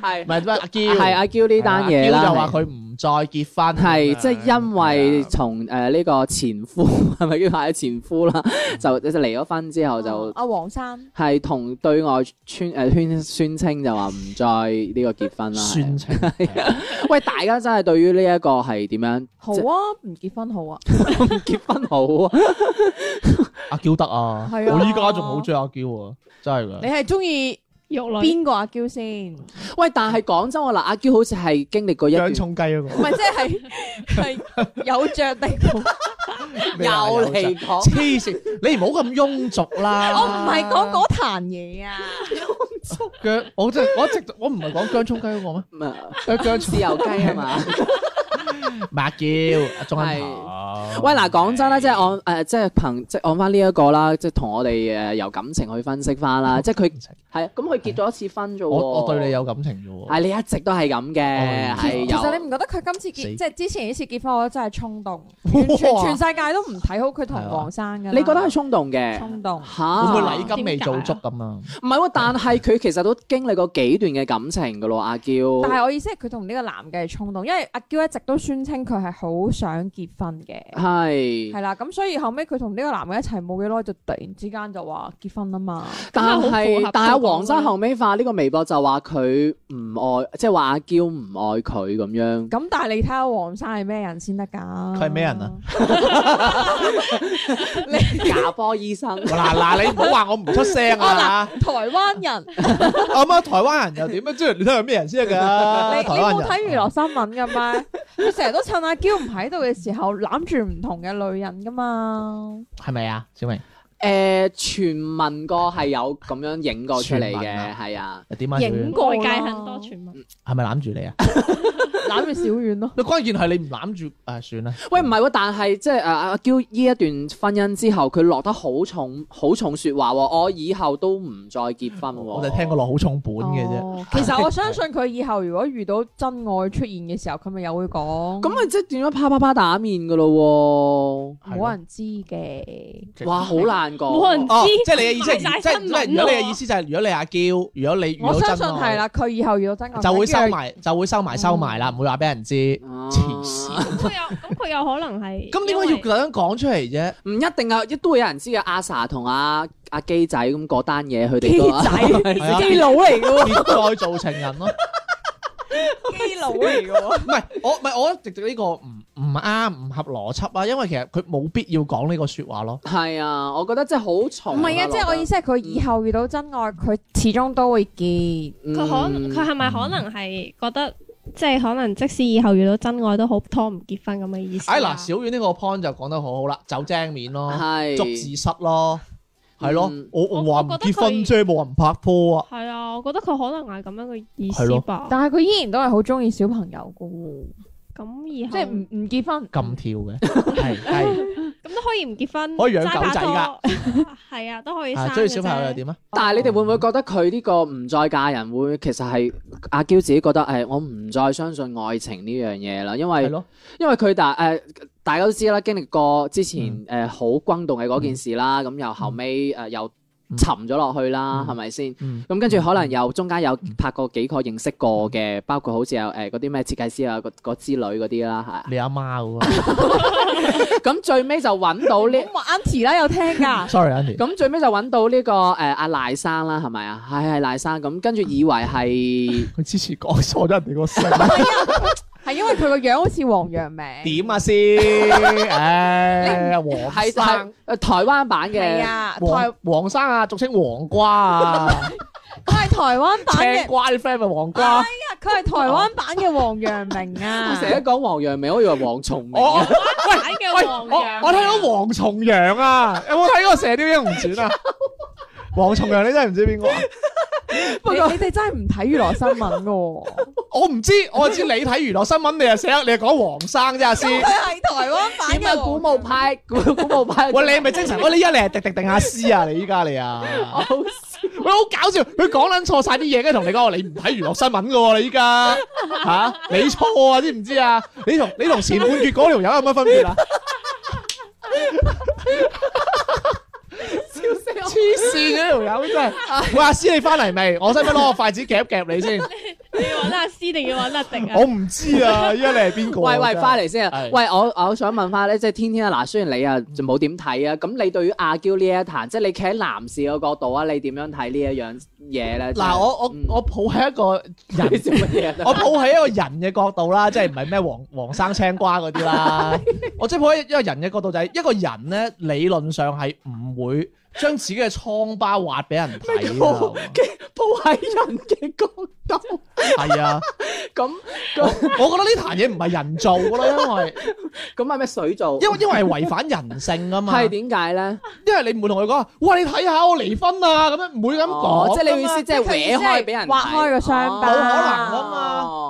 C: 係啊
A: 係乜阿嬌。
C: 係阿嬌呢單
A: 啊阿嬌
C: 嘢啦，
A: 就話
C: 係
A: 佢唔再結婚，
C: 係即係因為
A: 係啊
C: 從誒呢個前夫 係咪叫係前夫啦，
A: 嗯
C: 就就離咗婚之後就。
B: 阿黃生，
C: 係同對外宣誒宣宣稱就話唔再呢個結婚啦。
A: 宣
C: 係
A: 稱。
C: 喂，大家真係對於呢一個係點樣
B: 好啊，唔結婚好啊，
C: 結婚好啊？
A: 阿嬌得啊，
B: 係啊
A: 我依家仲好中意阿嬌啊，真係
B: 你
A: 㗎。
B: 係中意
E: 玉女，
B: 邊個阿嬌先？唔
C: 喂，但係講真喎，嗱，阿嬌好似係經歷過一段
A: 洋葱雞嗰個
B: 係即係係有着定冇？
A: 咩啊
C: 又
A: 有
C: 嚟
A: 隻
C: 講
A: 黐線，你唔好咁庸俗啦。
B: 我唔係講嗰壇嘢啊，
A: 姜，我真係我一直我唔係講姜葱雞嗰個咩？
C: 咁啊
A: 姜姜葱
C: 豉油雞 啊嘛。
A: 麻叫阿鐘欣
C: 係
A: 棠
C: 喂，嗱，講真啦，即係按誒，呃即係憑即係按翻呢一個啦，即係同我哋誒由感情去分析翻啦，即係佢係啊咁，佢結咗一次婚啫喎。
A: 哦我我對你有感情啫喎。
C: 係你一直都係咁嘅，
A: 哦
C: 係有。
B: 其實你唔覺得佢今次
A: 死
B: 結即係之前呢次結婚，我覺得真係衝動，完全全世界都唔睇好佢同
A: 係啊
B: 黃生㗎啦。
C: 你覺得係衝動嘅
B: 衝動？
A: 會
C: 嚇？
A: 唔會禮金未做足咁啊？
C: 唔係喎，但係佢其實都經歷過幾段嘅感情噶咯，阿嬌。
B: 但係我意思係佢同呢個男嘅係衝動，因為阿嬌一直都宣稱佢係好想結婚嘅，
C: 啊
B: 係
C: 係，
B: 啦，咁所以後尾佢同呢個男嘅一齊冇幾耐，就突然之間就話結婚啦嘛。
E: 咁
C: 但
E: 咪好符
C: 係
E: 合
C: 但係
E: 佢講
C: 黃
E: 咯
C: 生後尾發呢個微博就話佢唔愛，即係話阿嬌唔愛佢咁 樣。
B: 咁但係你睇下黃生係咩人先得㗎？佢
A: 係咩人啊？
C: 假波醫生
A: 嗱嗱，你唔好話我唔出聲啊！
B: 台灣 人，你
A: 咁啊，台灣人又點啊？即係你睇下咩人先得㗎？
B: 你
A: 台灣
B: 冇
A: 人啊
B: 睇娛樂新聞㗎咩？佢成日都趁阿嬌唔喺度嘅時候攬住唔同嘅女人㗎嘛。
A: 係咪啊？小明
C: 誒傳聞過係有咁樣影過出嚟
A: 傳聞
C: 嘅，
A: 啊
C: 係啊。
A: 點啊？小
B: 影
A: 遠
B: 過
E: 外
B: 啦
E: 界很多傳聞，
A: 係咪攬住你啊？
B: 攬住小遠咯。
A: 你關鍵係你唔攬住，誒算啦。
C: 喂，唔係喎，但係即係誒啊阿嬌呢一段婚姻之後，佢落得好重好重説話喎，我以後都唔再結婚喎。
A: 我就聽過落好重本嘅啫。
B: 哦其實我相信佢以後如果遇到真愛出現嘅時候，佢咪又會講。
C: 咁咪即係變咗啪啪啪打面噶咯
B: 冇人知嘅。
C: 喎！哇，好難講。
E: 冇人
A: 哦
E: 知，
A: 即係你嘅意 思係，
E: 賣晒
A: 即係
E: 新聞
A: 即係如果你
E: 喎
A: 嘅意思就係，如果你阿嬌，如果你遇
B: 我
A: 到
B: 相
A: 真
B: 信係
A: 愛，
B: 啦，佢以後遇到真愛
A: 就會收
B: 跟住
A: 埋，就會收埋收埋啦，唔會話俾人知。
C: 啊
A: 黐線，
E: 咁佢有咁佢有可能係
A: 咁點解要
E: 因為
A: 咁樣講出嚟啫？
C: 唔一定啊，一都會有人知嘅。阿 sa 同阿阿基仔咁嗰單嘢，佢哋都
B: 基
A: 係啊
B: 仔基佬嚟嘅喎，
A: 別再做情人咯。
B: 基佬嚟嘅喎。
A: 唔係我，唔係我一直呢個唔唔啱，唔合邏輯啊。因為其實佢冇必要講呢個説話咯。
C: 係啊，我覺得真係好重。
B: 唔係啊，即係我意思係佢以後遇到真愛，佢始終都會結。
C: 嗯，
E: 佢可能佢係咪可能係覺得即係可能即使以後遇到真愛都好拖唔結婚咁嘅意思啊？
A: 哎嗱，小遠呢個 point 就講得好好啦，走正面咯，
C: 係
A: 捉字蝨咯，係咯
C: 嗯。
A: 我
E: 我
A: 我話唔
E: 我覺得
A: 結婚啫，冇人拍拖啊。
E: 係啊，我覺得佢可能係咁樣嘅意
A: 係
E: 思
A: 咯
E: 吧。
B: 但係佢依然都係好中意小朋友嘅喎，
E: 咁以後
B: 即係唔唔結婚。
A: 嗯咁跳嘅，係係。
E: 咁都可以唔結婚，
A: 可以養
E: 齋拍
A: 狗仔㗎
E: 拖， 係啊，都可以生
A: 啊，
E: 嘅
A: 追小朋友又
E: 啫
A: 點啊？
C: 但係你哋會唔會覺得佢呢個唔再嫁人會其實係阿嬌自己覺得誒，我唔再相信愛情呢樣嘢啦，因
A: 係
C: 為
A: 咯，
C: 因為佢大誒、呃大家都知啦，經歷過之前
A: 嗯
C: 誒好轟動嘅嗰件事啦，咁、又後尾誒、呃又沉咗落去啦，
A: 嗯
C: 係咪先？
A: 嗯，嗯
C: 咁跟住可能又中間有拍過幾個認識過嘅，包括好似有誒嗰啲咩設計師啊嗰嗰之類嗰啲啦
A: 你阿媽嗰個。
C: 嚇，咁最尾就揾到呢，
B: 咁阿 Auntie 啦有聽㗎，
A: Sorry, Andy。
C: 咁最尾就揾到呢、個誒阿、賴生啦，係咪啊？係係賴生，咁跟住以為係
A: 佢之前講錯咗人哋個姓，
B: 係因為佢個樣好似黃陽明。
A: 點啊先？ 唉，黃
C: 係
A: 生
C: 係，誒台灣版
B: 係
C: 嘅，
B: 啊，台
A: 黃黃生啊，俗稱黃瓜啊，
B: 佢係台灣版
A: 青
B: 嘅，
A: 瓜啲 friend 咪黃瓜。
B: 佢係台灣版嘅黃陽明
C: 我
B: 啊。
C: 成日講黃陽明，我以為黃松明
A: 我我
C: 啊。
E: 版嘅
A: 喂，
E: 黃
A: 我
E: 羊
A: 我睇到黃重陽啊，有冇睇過《射雕英雄傳》啊？黃重陽你真係唔知邊個啊？
B: 你你哋真係唔睇娛樂新聞噶，
A: 我唔知，我知你睇娛樂新聞，你又寫，你又講黃生啫，阿師。
B: 係台灣版
C: 點啊？古墓派，古古墓 派，
A: 喂，你係咪精神？喂，你依家你係迪迪定阿師啊？你依家你啊？喂，好搞笑，佢講撚錯晒啲嘢，跟住同你講話你唔睇娛樂新聞噶喎，你依家吓你錯啊？知唔知啊？你同你同前半月嗰條友有乜分別啊？
C: 笑
A: 黐線嘅呢條友真係。喂，阿師你翻嚟未？我使唔使攞個筷子夾夾你先？
E: 你要揾阿師定要揾阿迪啊？
A: 我唔知啊，依家你係邊個啊？
C: 喂喂，
A: 真係
C: 翻嚟先啊
A: 係！嗯
C: 喂，我我想問翻咧，即係天天啊，嗱，雖然你啊就冇點睇啊，咁你對於阿嬌呢一壇，即係你企喺男士嘅角度啊，你點樣睇呢一樣嘢咧？
A: 嗱，我我
C: 嗯
A: 我抱喺一個人
C: 你做乜 嘢
A: 我
C: 啊？
A: 抱喺一個人嘅角度 啦，即係唔係咩黃黃生青瓜嗰啲啦。我即係抱喺一個人嘅角度，就係一個人咧理論上係唔會將自己嘅瘡疤挖俾人睇㗎。
C: 抱喺人嘅角度，
A: 係啊，
C: 咁
A: 我我覺得呢壇嘢唔係人做㗎啦，因為
C: 咁係咩水做？
A: 因為因為係違反人性啊嘛。
C: 係點解咧？
A: 因為你唔會同佢講，哇！你睇下我離婚啊咁樣，唔會咁
C: 哦
A: 講。
C: 即係你意思即係搲開俾人睇
B: 劃開個傷疤
A: 冇可能啊
C: 哦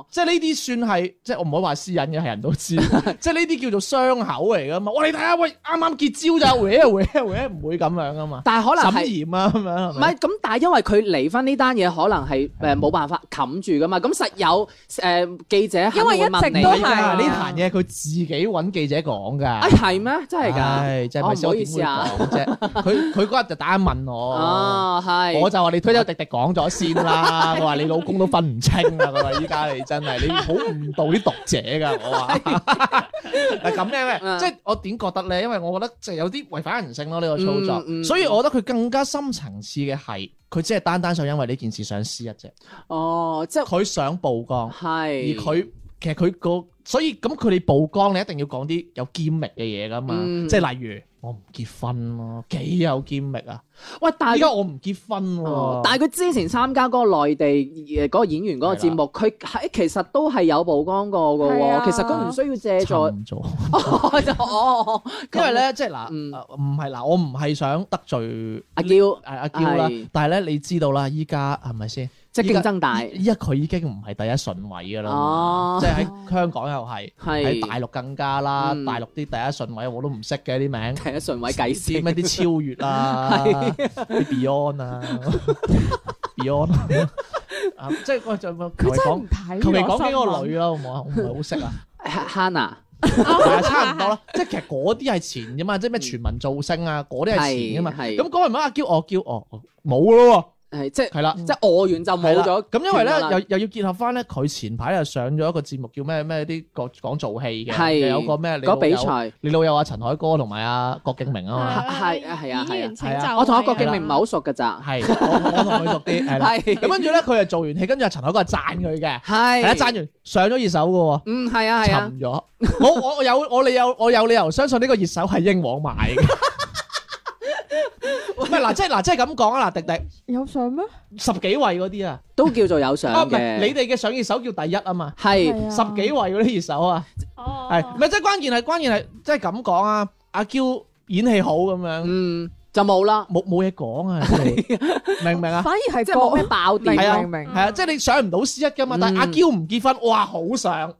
A: 嘛！即係呢啲算係，即係我唔可以話私隱嘅，係人都 知。即係呢啲叫做傷口嚟噶嘛。哇！你睇下，喂，啱啱結招咋，搲啊搲啊搲啊，唔會咁樣噶嘛。
C: 但係可能
A: 沈
C: 係。
A: 炎啊咁樣，係
C: 唔
A: 咪
C: 係咁，但係因為佢離婚呢單嘢可能係誒冇辦法冚住噶嘛，咁實有誒、呃、記者肯定會問你
B: 因為一直都
A: 唔係
B: 係啊
A: 㗎呢壇嘢，佢自己揾記者講㗎。
C: 哎係咩？真係㗎？
A: 唉，真係
C: 我
A: 咪
C: 唔
A: 先
C: 好
A: 我
C: 意
A: 點
C: 思
A: 會
C: 啊
A: 講啫？佢佢嗰日就打緊問我，
C: 哦，係。
A: 我就話你推咗迪迪講咗先 啦。佢話你老公都分唔清啦。佢話依家你真係你好誤導啲讀者㗎。我 話。嗱咁咧
C: 嗯
A: 咩？即係我點覺得咧？因為我覺得即係有啲違反人性咯呢個操作，
C: 嗯嗯
A: 所以我覺得佢更加深層次嘅係佢只係單單想因為呢件事想撕一啫，
C: 哦，即係
A: 佢想曝光，
C: 係。
A: 而佢其實佢個所以咁佢哋曝光，你一定要講啲有堅力嘅嘢噶嘛，
C: 嗯
A: 即係例如我唔結婚咯，幾有堅力啊！
C: 喂，但
A: 依
C: 係
A: 家我唔結婚喎、
C: 哦但係佢之前參加嗰個內地誒嗰個演員嗰個節目，佢係其實都係有曝光過嘅
B: 係啊
C: 喎。其實佢唔需要借助。
A: 沉咗，
C: 哦就哦，哦
A: 因為咧即係嗱，
C: 嗯
A: 呃唔係嗱，我唔係想得罪
C: 阿嬌
A: 阿阿嬌啦
C: 係，
A: 但係咧你知道啦，依家係咪先？
C: 即係競爭大。
A: 依家佢已經唔係第一順位㗎啦，
C: 哦
A: 即係喺香港又係，
C: 係
A: 喺大陸更加啦。
C: 嗯
A: 大陸啲第一順位我都唔識嘅啲名，
C: 第一順位計
A: 知
C: 先
A: 咩啲超越啦，
C: 啊
A: 啲 Beyond 啊，Beyond 啊，即係我就
B: 佢
A: 求其
B: 真係
A: 講
B: 唔，
A: 求
B: 睇
A: 其
B: 娛樂
A: 講
B: 新
A: 幾個
B: 聞。
A: 女啦，好唔好啊？我唔係好識 啊，
C: Hannah 哦
A: 係啊，差唔多啦。即係其實嗰啲係前㗎嘛，即係咩全民造星啊，嗰啲係前㗎嘛。
C: 嗯係係
A: 咁講完乜啊？叫我叫我我冇咯
C: 係即係
A: 喎，係啦。
C: 啊即係餓完就嗯冇
A: 嗯係啦
C: 咗。
A: 咁因為咧
C: 斷咗啦
A: 又又要結合翻咧，佢前排又上咗一個節目叫咩咩啲講講做戲嘅，
C: 係
A: 又有個咩你
C: 嗰
A: 老
C: 比
A: 友
C: 賽，
A: 你老友啊陳凱歌同埋啊郭敬明啊
C: 係啊係啊
E: 演員
A: 係
E: 請
A: 啊
E: 就
A: 係
E: 位
C: 我同阿郭敬
E: 啊
C: 明唔係好熟㗎
A: 嘛，
C: 咋。
A: 係 我我同佢熟啲係啦。
C: 係
A: 咁跟住咧佢又做完戲，跟住阿陳凱歌係讚佢嘅，
C: 係
A: 係啊讚完上咗熱搜嘅喎。
C: 嗯係啊係啊。
A: 沉咗，我我我有我理有我有理由相信呢個熱搜係英皇買嘅。唔係嗱，即係嗱，即係咁講啊！嗱，迪迪
B: 有相咩？
A: 十幾位嗰啲啊，
C: 都叫做有
A: 啊
C: 相
A: 唔係
C: 嘅。
A: 你哋嘅上熱搜叫第一啊嘛，
C: 係
B: 係啊
A: 十幾位嗰啲熱搜啊。
E: 哦，
A: 係，唔係即係關鍵係關鍵係即係咁講啊！阿嬌演戲好咁樣，
C: 嗯就冇啦，
A: 冇冇嘢講啊！明唔明啊？
B: 反而係
C: 即係冇咩
B: 個
C: 爆點。
A: 係啊
B: 明明明
A: 係啊，即係你上唔到 C 一
B: 嗯
A: 噶嘛，但係阿嬌唔結婚，哇，好上！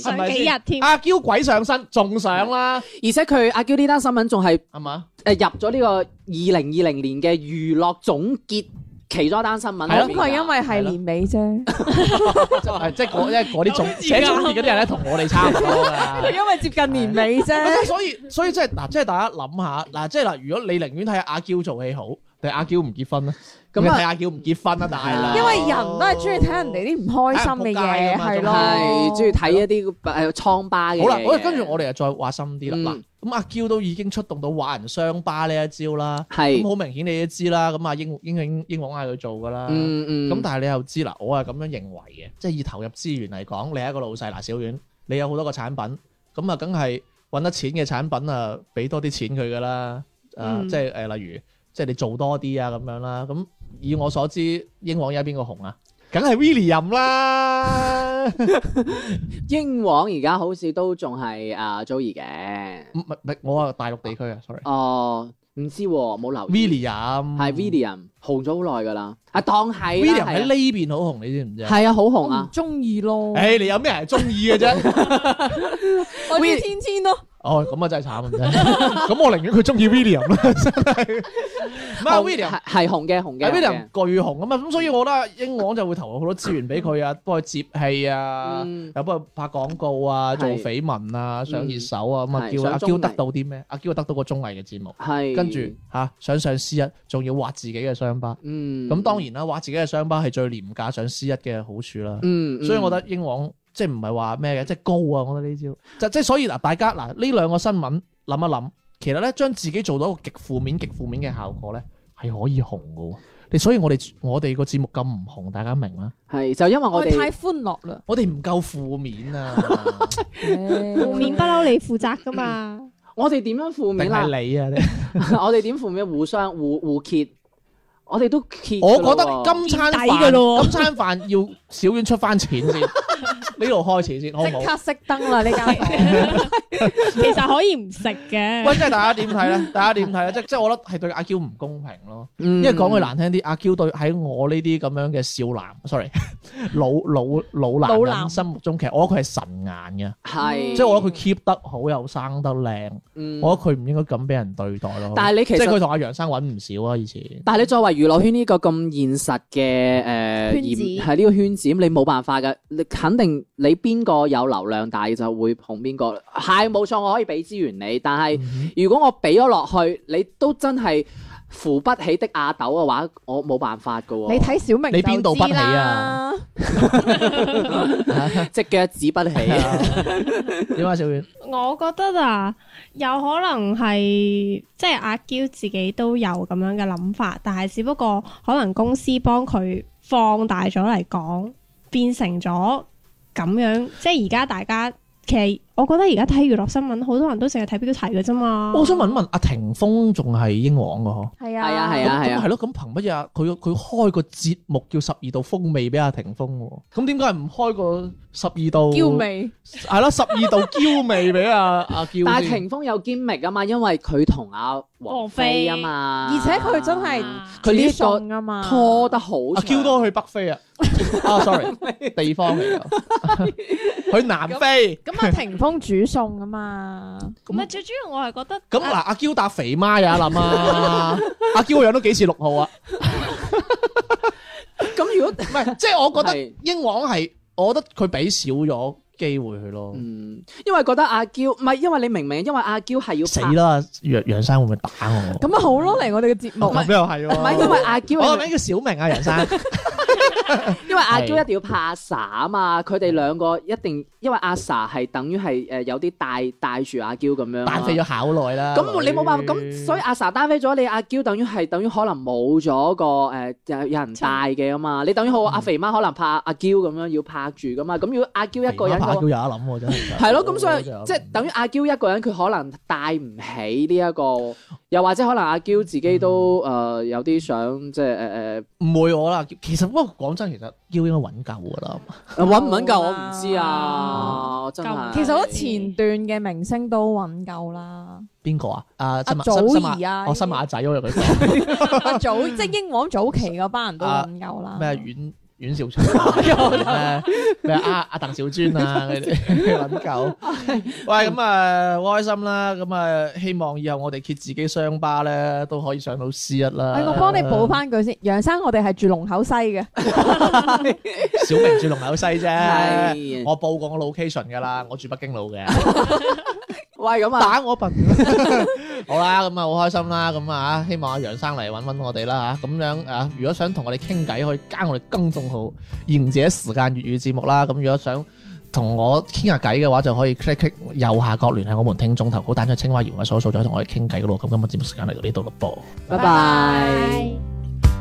A: 係
E: 上
A: 咪
E: 幾
A: 先啊
E: 日添，
A: 阿嬌鬼上身，仲上啦，
C: 而且佢阿嬌呢單新聞仲係
A: 係 嘛？
C: 誒入咗呢個二零二零年嘅娛樂總結其中一單新
A: 係
C: 聞
A: 咯
C: 裏
B: 咁
C: 面㗎。
B: 佢因為係啊年尾啫，
A: 係即係嗰因為嗰啲 總
E: 咁自
A: 寫
E: 然
A: 總結嗰啲人咧，同我哋差唔多啦。
B: 因為接近年尾啫。
A: 所以所以即係嗱，即係大家諗下嗱，即係嗱，如果你寧願睇阿嬌做戲好，定係阿嬌唔結婚咧？咁
C: 咁啊
A: 你睇阿嬌唔結婚啊，大佬！
B: 因為人都係中意睇人哋啲唔開心嘅
A: 啊
B: 嘢，係咯，
C: 係中意睇一啲誒瘡疤嘅嘢
A: 好
C: 嘅。
A: 啦，我跟住我哋又再挖深啲啦。嗱、
C: 嗯
A: 咁阿嬌都已經出動到畫人傷疤呢一招啦。
C: 係
A: 咁好明顯你都知啦。咁啊英英英英皇嗌佢做噶啦。咁、
C: 嗯嗯
A: 但係你又知啦，我啊係咁樣認為嘅，即係以投入資源嚟講，你係一個老細嗱，小丸，你有好多個產品，咁啊，梗係揾得錢嘅產品啊，俾多啲錢佢噶啦。誒、
E: 嗯
A: 即係誒、呃例如即係你做多啲啊咁樣啦。咁以我所知，英皇而家邊個紅啊？梗係 William 啦。啦。
C: 英皇而家好似都仲係啊 Joey 嘅。
A: 唔係唔係，我啊大陸地區啊，sorry。
C: 哦，唔知喎，冇留意。
A: William
C: 係 William 紅咗好耐㗎啦，啊當係啦
A: William 喺呢邊好紅，你知唔知
C: 係啊
A: 啊？
C: 係啊，好紅
B: 我唔
C: 啊。
B: 中意咯，
A: 誒，你有咩人中意嘅啫？
B: 我中意
C: Will-
B: 天天咯。
A: 哦，咁啊真係慘啊！真係 咁我寧願佢中意 William 啦，真係。唔係嗯 William
C: 係係紅嘅紅嘅
A: 係
C: 紅
A: William
C: 嘅。
A: 巨紅啊嘛，咁所以我覺得英皇就會投入好多資源俾佢啊，幫佢接戲啊，
C: 嗯
A: 又幫佢拍廣告啊，
C: 係嗯
A: 做緋聞啊，上熱搜啊，咁啊
C: 係
A: 叫
C: 上
A: 阿
C: 綜
A: 嬌
C: 藝
A: 得到啲咩？阿嬌得到個綜藝嘅節目，
C: 係
A: 跟住嚇想上 C 一，仲要挖自己嘅傷疤。
C: 嗯
A: 咁當然啦，挖自己嘅傷疤係最廉價上 C 一嘅好處啦。
C: 嗯，
A: 所以我
C: 得
A: 覺得英皇即係唔係話咩嘅，即係高啊！我覺得呢招就即係所以嗱，大家嗱呢兩個新聞諗一諗，其實咧將自己做到一個極負面、極負面嘅效果咧係可以紅嘅喎。你所以我哋我哋個節目咁唔紅，大家明啦。，
C: 係就因為我
B: 我哋太
C: 哋
B: 歡樂啦
A: 我哋唔夠負面啊，
B: 負
E: 負面不嬲你負責噶嘛，
C: 我哋點樣負
A: 定
C: 面啦？
A: 係你啊？你
C: 我哋點負面互相互互揭，我哋都揭㗎
A: 我
C: 咯喎。
A: 覺得今餐
E: 見底㗎咯
A: 飯
E: 喎
A: 今餐飯要小丸出翻錢先，呢度開始先好唔好
B: 即？刻熄燈啦呢間房。
E: 其實可以唔食嘅。
A: 喂，即係大家點睇咧？大家點睇咧？即即係我覺得係對阿嬌唔公平咯。
C: 因
A: 因為講句，難聽啲，阿嬌對喺我呢啲咁樣嘅少男，sorry，老 老老男
B: 老
A: 人
B: 男
A: 心目中，其實我覺得佢係神眼嘅，
C: 係
A: 即係我覺得佢 keep 得好又生得靚，
C: 嗯
A: 我覺得佢唔應該咁俾人對待咯。
C: 但係你其
A: 即係
C: 實
A: 佢。同阿楊生揾唔少啊，以前
C: 但係你作為娛樂圈呢個咁現實嘅誒，呃
D: 圈子
C: 嚴係呢個圈子，你冇辦法嘅，你肯定你邊個有流量大就會捧邊個。係冇錯，我可以俾資源你，
A: 嗯
C: 但係如果我俾咗落去，你都真係扶不起的阿斗嘅話，我冇辦法噶喎。
B: 你睇小明
A: 你邊度不
B: 就知啦？
C: 只腳趾不起啊！
A: 點啊，小遠？
E: 我覺得啊，有可能係即係阿嬌自己都有咁樣嘅諗法，但係只不過可能公司幫佢放大咗嚟講，變成咗咁樣。即係而家大家其實我覺得而家睇娛樂新聞，好多人都淨係睇標題嘅啫嘛。
A: 我想問一問阿霆鋒仲係英皇嘅嗬？
B: 係
C: 係啊係啊
A: 咁係咯，咁憑乜嘢啊？佢佢開個節目叫十二道風味俾阿霆鋒喎，咁點解唔開個十二道
B: 嬌媚
A: 係咯，十二道嬌味俾阿阿嬌先？
C: 但係霆鋒有堅力啊嘛，因為佢同阿王菲啊
A: 哦
C: 嘛，
B: 而且佢真係
C: 佢呢一個
B: 送啊嘛，
C: 拖得好
A: 阿
C: 長
A: 啊 Q 都去北非啊！啊，sorry，地 方嚟㗎， 去南非。
B: 咁阿霆鋒煮餸啊嘛，
E: 唔係最主要，我係覺得
A: 咁嗱，
C: 啊
A: 阿 Q 搭肥媽呀，諗 啊，阿 Q 個樣都幾似六號啊？
C: 咁如果
A: 唔 係，即係我覺得
C: 係
A: 英皇係，我覺得佢俾少咗機會佢咯。
C: 嗯，因為覺得阿嬌唔係，因為你明唔明？因為阿嬌係要
A: 死
C: 拍，
A: 啦！楊楊生會唔會打我？
B: 咁啊咪好咯嚟我哋嘅節目
A: 哦，咁又係喎。
C: 唔係因為阿嬌，
A: 我個名叫小明啊，楊生。
C: 因為阿
A: 係
C: 嬌一定要拍阿 sa 啊嘛，佢哋兩個一定，因為阿 sa 係等於係誒有啲帶帶住阿嬌咁樣啊，
A: 單飛咗哎考耐啦。
C: 咁你冇辦法，
A: 女
C: 咁所以阿 sa 單飛咗，你阿嬌等於係等於可能冇咗個誒有有人帶嘅啊嘛，你等於好
A: 嗯
C: 阿肥媽可能拍阿嬌咁樣要拍住噶嘛，咁如果阿嬌一個人
A: 肥媽拍
C: 嘅
A: 阿嬌有得諗喎，真係。
C: 係咯，哦咁所以
A: 真係有
C: 即
A: 得諗
C: 係等於阿嬌一個人，佢可能帶唔起呢一個，又或者可能阿嬌自己都誒有啲想即係呃誒
A: 唔會我啦。其實不過講真，其實嬌應該揾夠噶啦。
C: 誒揾呃唔揾夠我唔知啊，真係。
B: 其實我覺得前段嘅明星都揾夠啦，
A: 邊個啊？啊，
B: 阿
A: 新馬
B: 祖
A: 新新
B: 兒啊
A: 馬我新馬仔我入佢講
B: 阿早即係英皇早期嗰班人都揾夠啦。
A: 咩啊阮阮兆祥啊咩咩阿 阿鄧小娟啊嗰啲揾夠。 喂，咁啊開心啦，咁啊希望以後我哋揭自己傷疤咧都可以上到 C 一啦
B: 哎。我幫你補，翻句先，楊生我哋係住龍口西嘅，
A: 小明住龍口西啫。
C: 係
A: 我報過我 location 噶啦，我住北京路嘅。
C: 喂咁啊，
A: 打我笨。 好啦，咁啊好開心啦，咁啊希望阿楊生嚟揾揾我哋啦嚇，咁樣啊，如果想同我哋傾偈，可以加我哋公眾號《賢者時間粵語節目》啦。咁如果想同我傾下偈嘅話，就可以 click click 右下角聯繫我們聽眾投稿，彈出青蛙搖嘅所數，再同我哋傾偈嗰度。咁今日節目時間嚟到呢度咯噃。
C: 拜拜。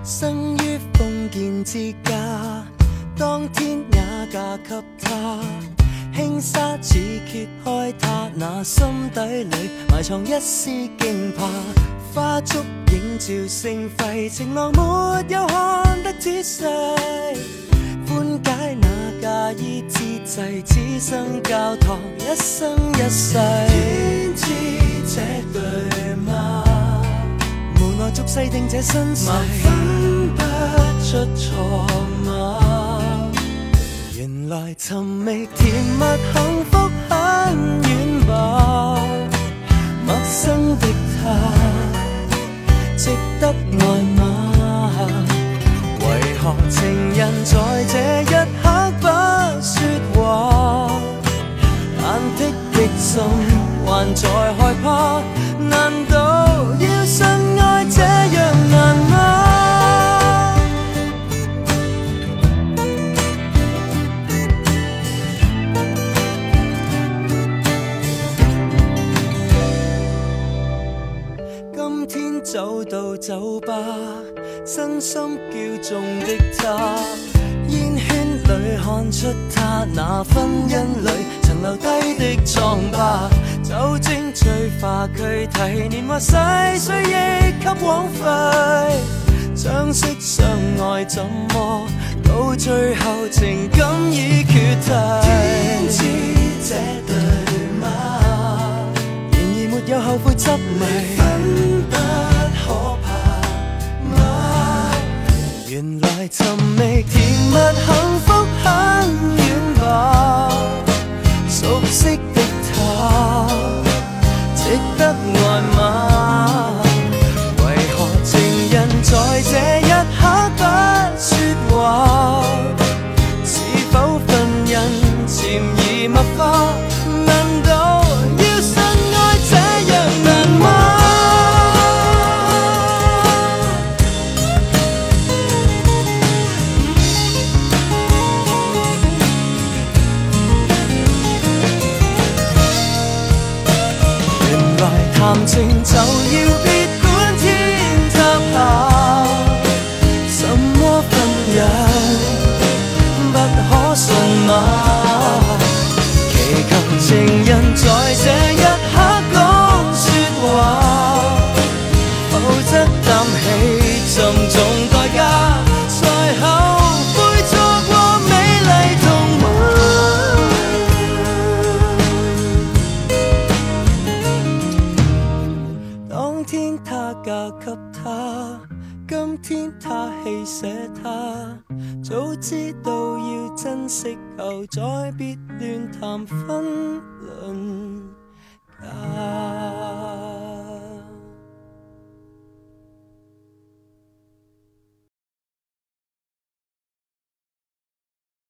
F: 生於封建之家，當天也嫁給他，輕紗似揭開他那心底裏埋藏一絲驚怕，花燭映照盛輝，情郎沒有看得仔細，寬解那嫁制，此生教堂，一生一世。天知這對嗎？無奈俗世定這身世，分不出錯嗎？原來尋覓甜蜜幸福很遠吧，陌生的他，值得愛嗎？為何情人在這一刻不說話？忐忑的心還在害怕，難道要信愛這樣難嗎？今天走到酒吧，真心叫中的他，煙圈裏看出他那婚姻裏曾留低的瘡疤，酒精催化軀體，年華逝歲亦給枉費，相識相愛怎麼到最後情感已決堤？天知這對嗎？然而沒有後悔執迷，分不可怕嗎？原來尋覓甜蜜幸福很遠吧，熟悉的他，值得愛嗎？為何情人在這一刻不說話？是否婚姻潛移默化？難道要信愛這樣難嗎？原來談情就要別管天塌下，什麼婚姻不可信嗎？祈求情人在這一刻講説話，否則擔起沉重代價。才後悔錯過美麗童話。當天他嫁給他，今天他棄捨他。早知道要珍惜後，再別亂談婚